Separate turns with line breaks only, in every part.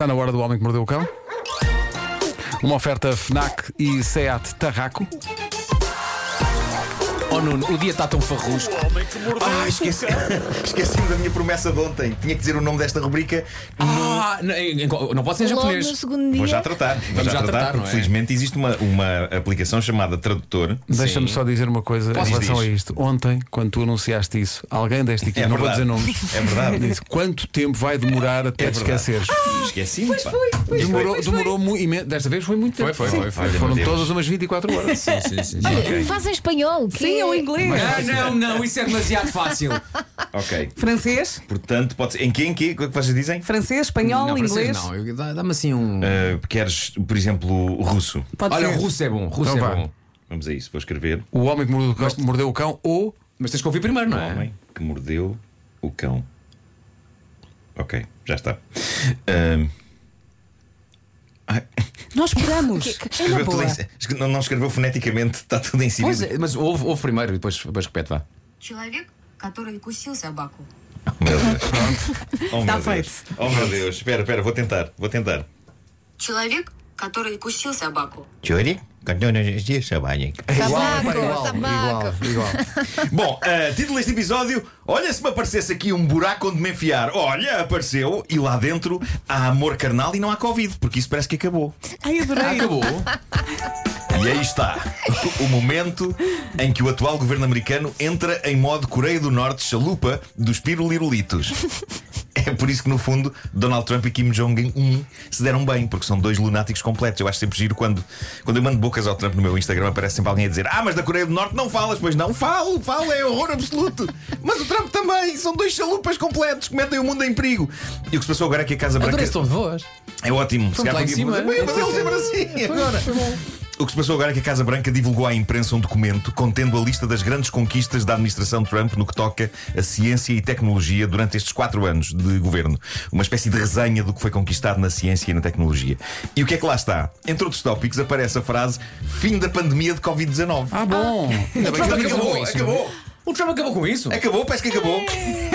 Está na hora do homem que mordeu o cão. Uma oferta Fnac e Seat Tarraco.
Oh Nuno, o dia está tão farrusco.
Ah, esqueci, esqueci-me da minha promessa de ontem. Tinha que dizer o nome desta rubrica.
Ah, não, em- em- não pode ser em
Logo no
japonês.
segundo dia.
Vou já tratar. Vou
já
já
tratar,
tratar,
não
porque
é?
felizmente existe uma, uma aplicação chamada Tradutor.
Deixa-me só dizer uma coisa
Posso?
em relação
Diz,
a
diz.
isto. Ontem, quando tu anunciaste isso, alguém deste equipe,
É
não
verdade.
vou dizer nomes,
É verdade.
disse quanto tempo vai demorar até
É
te
verdade.
esqueceres.
Esqueci-me. pá.
Demorou, demorou muito. imen- Desta vez foi muito tempo.
foi, foi, foi.
Olha,
Foram
meu Deus.
todas umas 24 horas.
Sim, sim, sim.
Olha, Faz em espanhol. que
Sim,
é-
ou inglês.
Ah, não, não, isso é demasiado fácil.
Ok.
Francês?
Portanto, pode ser. Em que? Em que? O que é que vocês dizem?
Francês, espanhol,
não, francês
inglês?
não. Eu- dá- Dá-me assim um.
Ah, queres, por exemplo, russo?
Pode
Olha,
ser.
russo é bom, russo
Então
é
vá.
bom.
Vamos a isso. Vou escrever.
O homem que mordeu o cão, mordeu o cão ou.
Mas tens que ouvir primeiro, não
O
é?
homem que mordeu o cão. Ok, já está. Ah,
Nós esperamos. É na
escreveu tudo
boa.
em- escre- não, não escreveu foneticamente, está tudo em cima.
Pois é, mas ouve, ouve primeiro e depois, depois repete, vá.
Человек, который укусил собаку.
Meu Deus. Oh, meu
Tá
Deus.
feito.
Oh meu Deus, espera, espera, vou tentar, vou tentar.
Человек, который укусил собаку.
Чурик, É
Sabaco,
igual,
sabaco.
igual.
Bom, eh, título deste episódio: Olha se me aparecesse aqui um buraco onde me enfiar. Olha, apareceu e lá dentro há amor carnal e não há Covid, porque isso parece que acabou.
Ai,
Ah,
adorei.
acabou.
E aí está o momento em que o atual governo americano entra em modo Coreia do Norte chalupa dos pirulirulitos. É por isso que, no fundo, Donald Trump e Kim Jong-un um, se deram bem, porque são dois lunáticos completos. Eu acho sempre giro quando, quando eu mando bocas ao Trump no meu Instagram, aparece sempre alguém a dizer: Ah, mas da Coreia do Norte não falas, pois não? Falo, falo, é horror absoluto. Mas o Trump também, são dois chalupas completos que metem o mundo em perigo. E o que se passou agora é que a Casa Branca.
Adorei esse tom de voz.
É ótimo. Se
Fomos lá em
aqui-
cima. né?
Bem, mas eles sempre assim. Agora. O que se passou agora é que a Casa Branca divulgou à imprensa um documento contendo a lista das grandes conquistas da administração Trump no que toca a ciência e tecnologia durante estes quatro anos de governo. Uma espécie de resenha do que foi conquistado na ciência e na tecnologia. E o que é que lá está? Entre outros tópicos aparece a frase fim da pandemia de Covid-19.
Ah, bom.
Ainda bem que
Portanto,
ele acabou É com
acabou,
isso.
acabou.
O Trump acabou com isso.
Acabou, parece que acabou.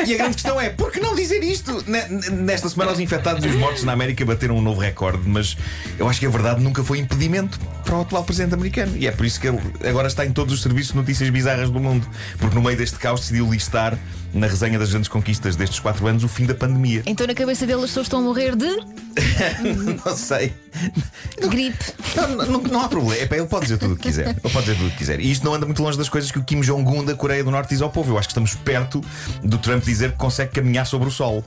E a grande questão é: por que não dizer isto? Ne- ne- Nesta semana, os infectados e os mortos na América bateram um novo recorde, mas eu acho que a verdade nunca foi impedimento para o atual presidente americano. E é por isso que ele agora está em todos os serviços de notícias bizarras do mundo. Porque no meio deste caos decidiu listar, na resenha das grandes conquistas destes quatro anos, o fim da pandemia.
Então na cabeça dele as pessoas estão a morrer de
não sei.
gripe.
Não, não- não há problema. Epá, ele pode dizer tudo o que quiser. Ele pode dizer tudo o que quiser. E isto não anda muito longe das coisas que o Kim Jong-un da Coreia do Norte diz ao povo. Eu acho que estamos perto do Trump dizer que consegue caminhar sobre o sol.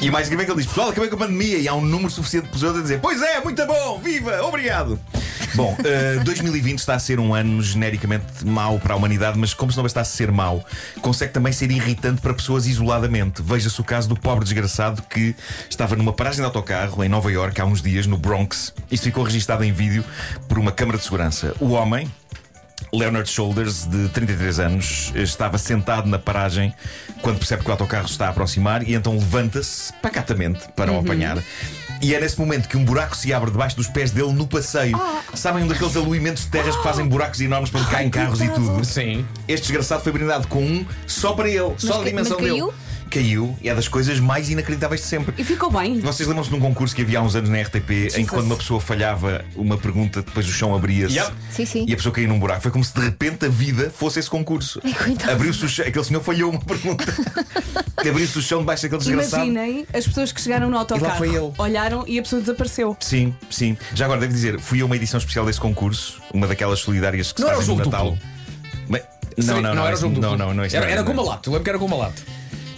e o mais incrível é que ele diz: Pessoal, acabei com a pandemia. E há um número suficiente de pessoas a dizer: Pois é, muito bom, viva, obrigado. Bom, eh, 2020 está a ser um ano genericamente mau para a humanidade, mas como se não bastasse ser mau, consegue também ser irritante para pessoas isoladamente. Veja-se o caso do pobre desgraçado que estava numa paragem de autocarro em Nova Iorque há uns dias, no Bronx. Isto ficou registado em vídeo por uma câmara de segurança. O homem, Leonard Shoulders, de 33 anos, estava sentado na paragem quando percebe que o autocarro se está a aproximar e então levanta-se pacatamente para
Uhum.
o apanhar. E é nesse momento que um buraco se abre debaixo dos pés dele no passeio.
Ah.
Sabem um daqueles aluimentos de terras que fazem buracos enormes para onde caem carros e tudo?
Sim.
Este desgraçado foi brindado com um só para ele, só a
ca-
dimensão
mas
dele.
caiu?
Caiu e é das coisas mais inacreditáveis de sempre.
E ficou bem.
Vocês lembram-se de um concurso que havia há uns anos na RTP em que quando uma pessoa falhava uma pergunta, depois o chão abria-se
Yep.
Sim, sim.
e a pessoa caía num buraco. Foi como se de repente a vida fosse esse concurso.
Ai, coitado.
Abriu-se o chão, aquele senhor falhou uma pergunta. Abriu-se o chão debaixo daquele desgraçado.
Imaginem as pessoas que chegaram no autocarro.
foi ele.
Olharam e a pessoa desapareceu.
Sim, sim. Já agora devo dizer, fui a uma edição especial desse concurso, uma daquelas solidárias que
Não
se
era
fazem
o
no
jogo
Natal.
duplo?
Mas- Não, não, não,
era o
esse-
jogo do-
não, não, não, esse
Era,
não
era com
não.
uma lata, eu lembro que era com uma lata.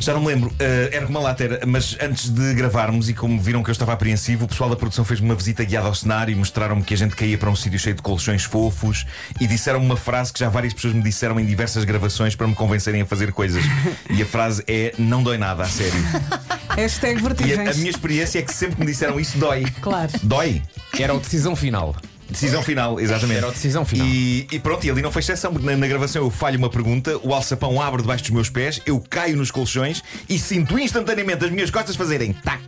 Já não me lembro, eh, era com uma lata, era- mas antes de gravarmos e como viram que eu estava apreensivo, o pessoal da produção fez-me uma visita guiada ao cenário e mostraram-me que a gente caía para um sítio cheio de colchões fofos e disseram-me uma frase que já várias pessoas me disseram em diversas gravações para me convencerem a fazer coisas. E a frase é: não dói nada, a sério.
Hashtag
E a, a
vertigens.
minha experiência é que sempre que me disseram isso dói.
Claro.
Dói.
Era a decisão final.
Decisão final, exatamente.
Era a decisão final.
E, e pronto, e ali não foi exceção, porque na, na gravação eu falho uma pergunta, o alçapão abre debaixo dos meus pés, eu caio nos colchões e sinto instantaneamente as minhas costas fazerem tac.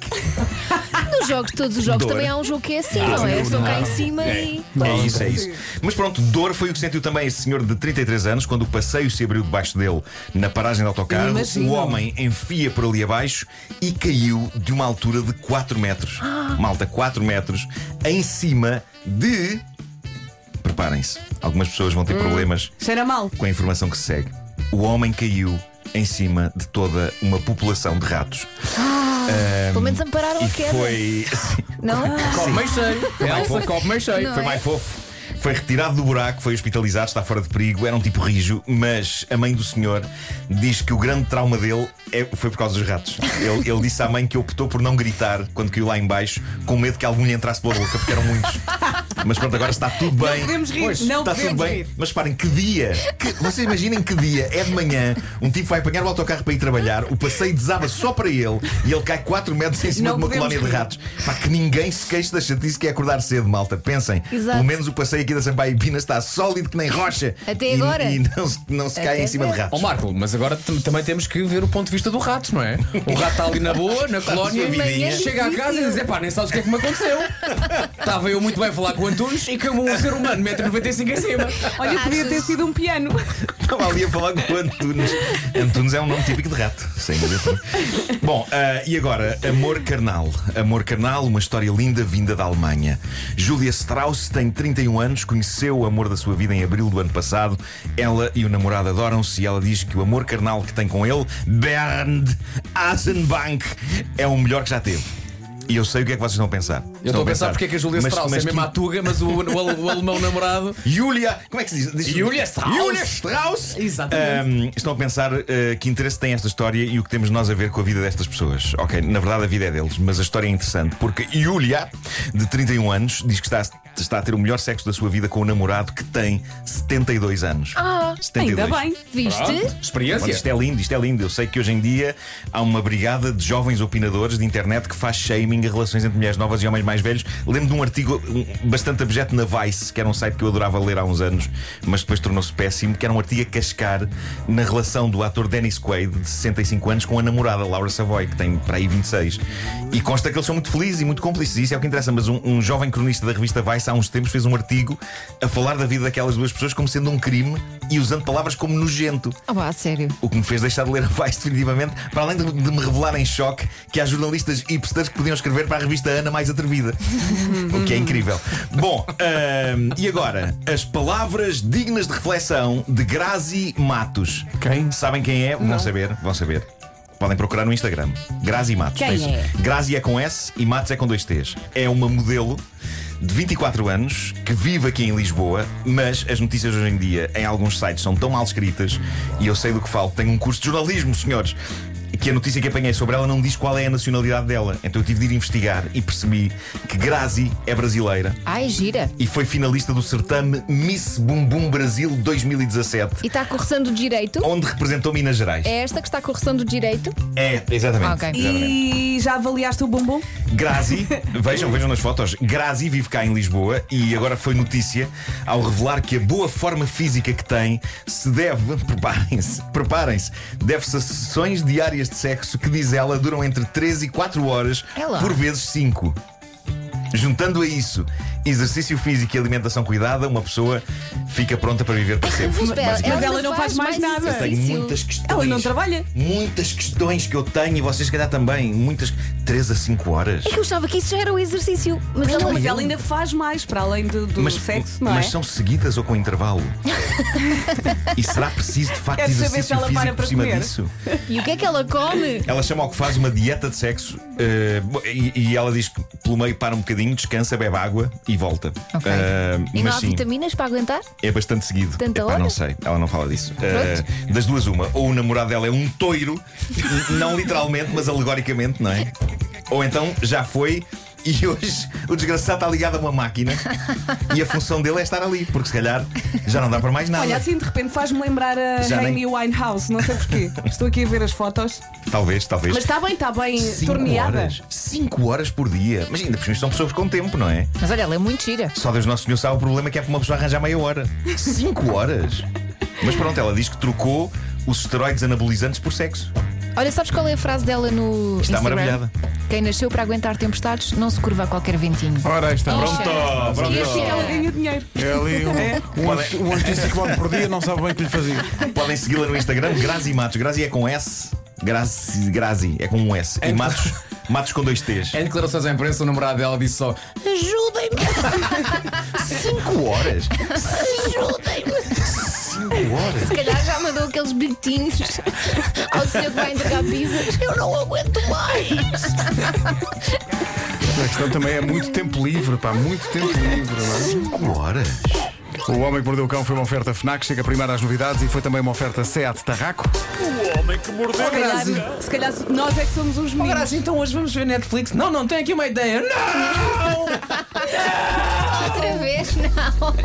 nos jogos, todos os jogos
Dor.
também há um jogo que é assim,
Ah,
não é?
não,
Estão cá
não.
em cima
É,
e.
é isso, é isso. Mas pronto, dor foi o que sentiu também esse senhor de 33 anos quando o passeio se abriu debaixo dele na paragem de
Eu
autocarro.
imagino.
O homem enfia por ali abaixo e caiu de uma altura de 4 metros. Malta, 4 metros em cima de. Preparem-se, algumas pessoas vão ter problemas
Cheira mal.
com a informação que se segue. O homem caiu em cima de toda uma população de ratos.
Pelo menos ampararam
E
a queda.
foi.
Não?
Copo meio cheio.
mais
Elsa,
fofo.
copo meio cheio.
Não
Foi
é?
mais fofo. Foi retirado do buraco, foi hospitalizado, está fora de perigo, era um tipo rijo, mas a mãe do senhor diz que o grande trauma dele é- foi por causa dos ratos. Ele, ele disse à mãe que optou por não gritar quando caiu lá em baixo, com medo que algum lhe entrasse pela boca, porque eram muitos. Mas pronto, agora está tudo bem.
Não podemos rir,
Pois,
não
Está tudo
podemos
bem,
rir.
mas parem, que dia! Que- vocês imaginem que dia é de manhã, um tipo vai apanhar o autocarro para ir trabalhar, o passeio desaba só para ele e ele cai 4 metros em cima
Não
de uma
podemos
colónia de
rir.
ratos. Pá, que ninguém se queixe da chatice que é acordar cedo, malta. Pensem,
Exato.
pelo menos o passeio aqui da Sampaio e Pina está sólido que nem rocha.
Até
E-
agora.
E não se, não se cai
Até
em cima de
agora.
Ó
ratos.
Marco, mas agora tam- também temos que ver o ponto de vista do rato, não é? O rato está ali na boa, na colónia,
sua vidinha.
chega à casa e diz: pá, nem sabes o que é que me aconteceu. Estava eu muito bem a falar com o Antunes e caiu um ser humano, 1,95m em cima.
Olha, podia ter sido um piano.
Estava ali a falar com o Antunes. Antunes é um nome típico de rato, sem dúvida. Bom, ah, e agora, Amor Carnal. Amor Carnal, uma história linda vinda da Alemanha. Julia Strauss tem 31 anos, conheceu o amor da sua vida em abril do ano passado. Ela e o namorado adoram-se e ela diz que o amor carnal que tem com ele, Bernd Asenbank, é o melhor que já teve. E eu sei o que é que vocês estão a pensar.
Eu estou a pensar porque é que a Julia
Mas-
Strauss
mas
é mesmo
que-
a Tuga, mas o, o, al- o alemão namorado.
Julia, como é que se diz? Diz-
Julia Strauss.
Julia Strauss.
Exatamente.
Ahm, estão a pensar ah, que interesse tem esta história e o que temos nós a ver com a vida destas pessoas. Ok, na verdade a vida é deles, mas a história é interessante porque Julia, de 31 anos, diz que está, está a ter o melhor sexo da sua vida com o namorado que tem 72 anos.
Ah,
Ainda bem.
Viste?
Pronto,
Olha,
experiência.
isto é lindo, isto é lindo. Eu sei que hoje em dia há uma brigada de jovens opinadores de internet que faz shaming a relações entre mulheres novas e homens mais velhos. Lembro de um artigo um, bastante abjeto na Vice, que era um site que eu adorava ler há uns anos, mas depois tornou-se péssimo, que era um artigo a cascar na relação do ator Dennis Quaid, de 65 anos, com a namorada Laura Savoy, que tem para aí 26. E consta que eles são muito felizes e muito cúmplices, e isso é o que interessa. Mas um, um jovem cronista da revista Vice, há uns tempos, fez um artigo a falar da vida daquelas duas pessoas como sendo um crime e usando palavras como nojento.
Ah, pá, a sério.
O que me fez deixar de ler a Vice definitivamente, para além de, de me revelar em choque que há jornalistas hipsters que podiam escrever para a revista Ana Mais Atrevida. o que é incrível. Bom, ahm, e agora? As palavras dignas de reflexão de Grazi Matos.
Quem?
Sabem quem é? Vão saber, vão saber. Podem procurar no Instagram. Grazi Matos.
Quem
Tem-
é?
Grazi é com S e Matos é com dois T's. É uma modelo de 24 anos que vive aqui em Lisboa, mas as notícias hoje em dia em alguns sites são tão mal escritas e eu sei do que falo. Tenho um curso de jornalismo, senhores. Que a notícia que apanhei sobre ela não diz qual é a nacionalidade dela. Então eu tive de ir investigar e percebi que Grazi é brasileira
Ai, gira.
e foi finalista do certame Miss Bumbum Brasil 2017,
E está a correção do direito?
onde representou Minas Gerais.
É esta que está a correção do direito?
É, exatamente.
Ok.
exatamente.
E já avaliaste o bumbum?
Grazi, vejam, vejam nas fotos. Grazi vive cá em Lisboa e agora foi notícia ao revelar que a boa forma física que tem se deve, preparem-se, preparem-se, deve-se a sessões diárias de sexo que, diz ela, duram entre 3 e 4 horas,
Ela.
por vezes 5. Juntando a isso, exercício físico e alimentação cuidada, uma pessoa fica pronta para viver para sempre. basicamente.
ela não faz mais nada.
Eu tenho
exercício.
muitas questões.
Ela não trabalha.
Muitas questões que eu tenho e vocês, se calhar, também. Muitas. 3 a 5 horas.
É que eu achava que isso já era um exercício. Mas
Mas,
ela
não, mas
eu-
ela ainda faz mais, para além do, do sexo, não é?
mas são seguidas ou com intervalo? e será preciso de facto
Quero É saber se
exercício
ela para
físico
para
por cima
comer.
disso?
E o que é que ela come?
Ela chama ao que faz uma dieta de sexo eh, bo- e, e ela diz que pelo meio para um bocadinho, descansa, bebe água e volta.
Ok.
Eh,
E não
mas
há
sim,
vitaminas para aguentar?
é bastante seguido.
Tanta
Epá,
hora?
não sei, ela não fala disso. Eh, das duas, uma, ou o namorado dela é um toiro, n- não literalmente, mas alegoricamente, não é? Ou então já foi. E hoje o desgraçado está ligado a uma máquina e a função dele é estar ali, porque se calhar já não dá para mais nada.
Olha, assim de repente faz-me lembrar a
Já nem-
Amy Winehouse, não sei porquê. Estou aqui a ver as fotos.
Talvez, talvez.
Mas está bem, está bem
Cinco
torneada.
horas. 5 horas por dia. Mas ainda por cima são pessoas com tempo, não é?
Mas olha, ela é muito gira.
Só Deus Nosso Senhor sabe o problema que é para uma pessoa arranjar meia hora. 5 horas. Mas pronto, ela diz que trocou os esteroides anabolizantes por sexo.
Olha, sabes qual é a frase dela no
Está
Instagram?
maravilhada.
Quem nasceu para aguentar tempestades não se curva a qualquer ventinho.
Ora, aí está.
Pronto,
pronto.
E assim
Ela
ela-
ganha dinheiro.
Ah. É ali um, um, anti- um anticiclone por dia, não sabe bem o que lhe fazia.
Podem segui-la no Instagram, Grazi Matos. Grazi é com S. Grazi, Grazi é com um S. E Matos, Matos com dois T's.
é- Em declarações à imprensa, o namorado dela disse só:
Cinco horas? Cinco horas?
Se calhar já mandou aqueles bilhetinhos ao senhor que vai entregar pizzas. Eu não aguento mais.
A questão também é muito tempo livre, pá, muito tempo livre. não
Cinco horas?
é? O Homem que Mordeu o Cão foi uma oferta Fnac, chega primeiro às novidades e foi também uma oferta Seat Tarraco.
Se calhar, se calhar nós é que somos os
"Oh,
meninos.
Grazi, então hoje vamos ver Netflix. Não, não, tenho aqui uma ideia. Não!
Outra vez, não.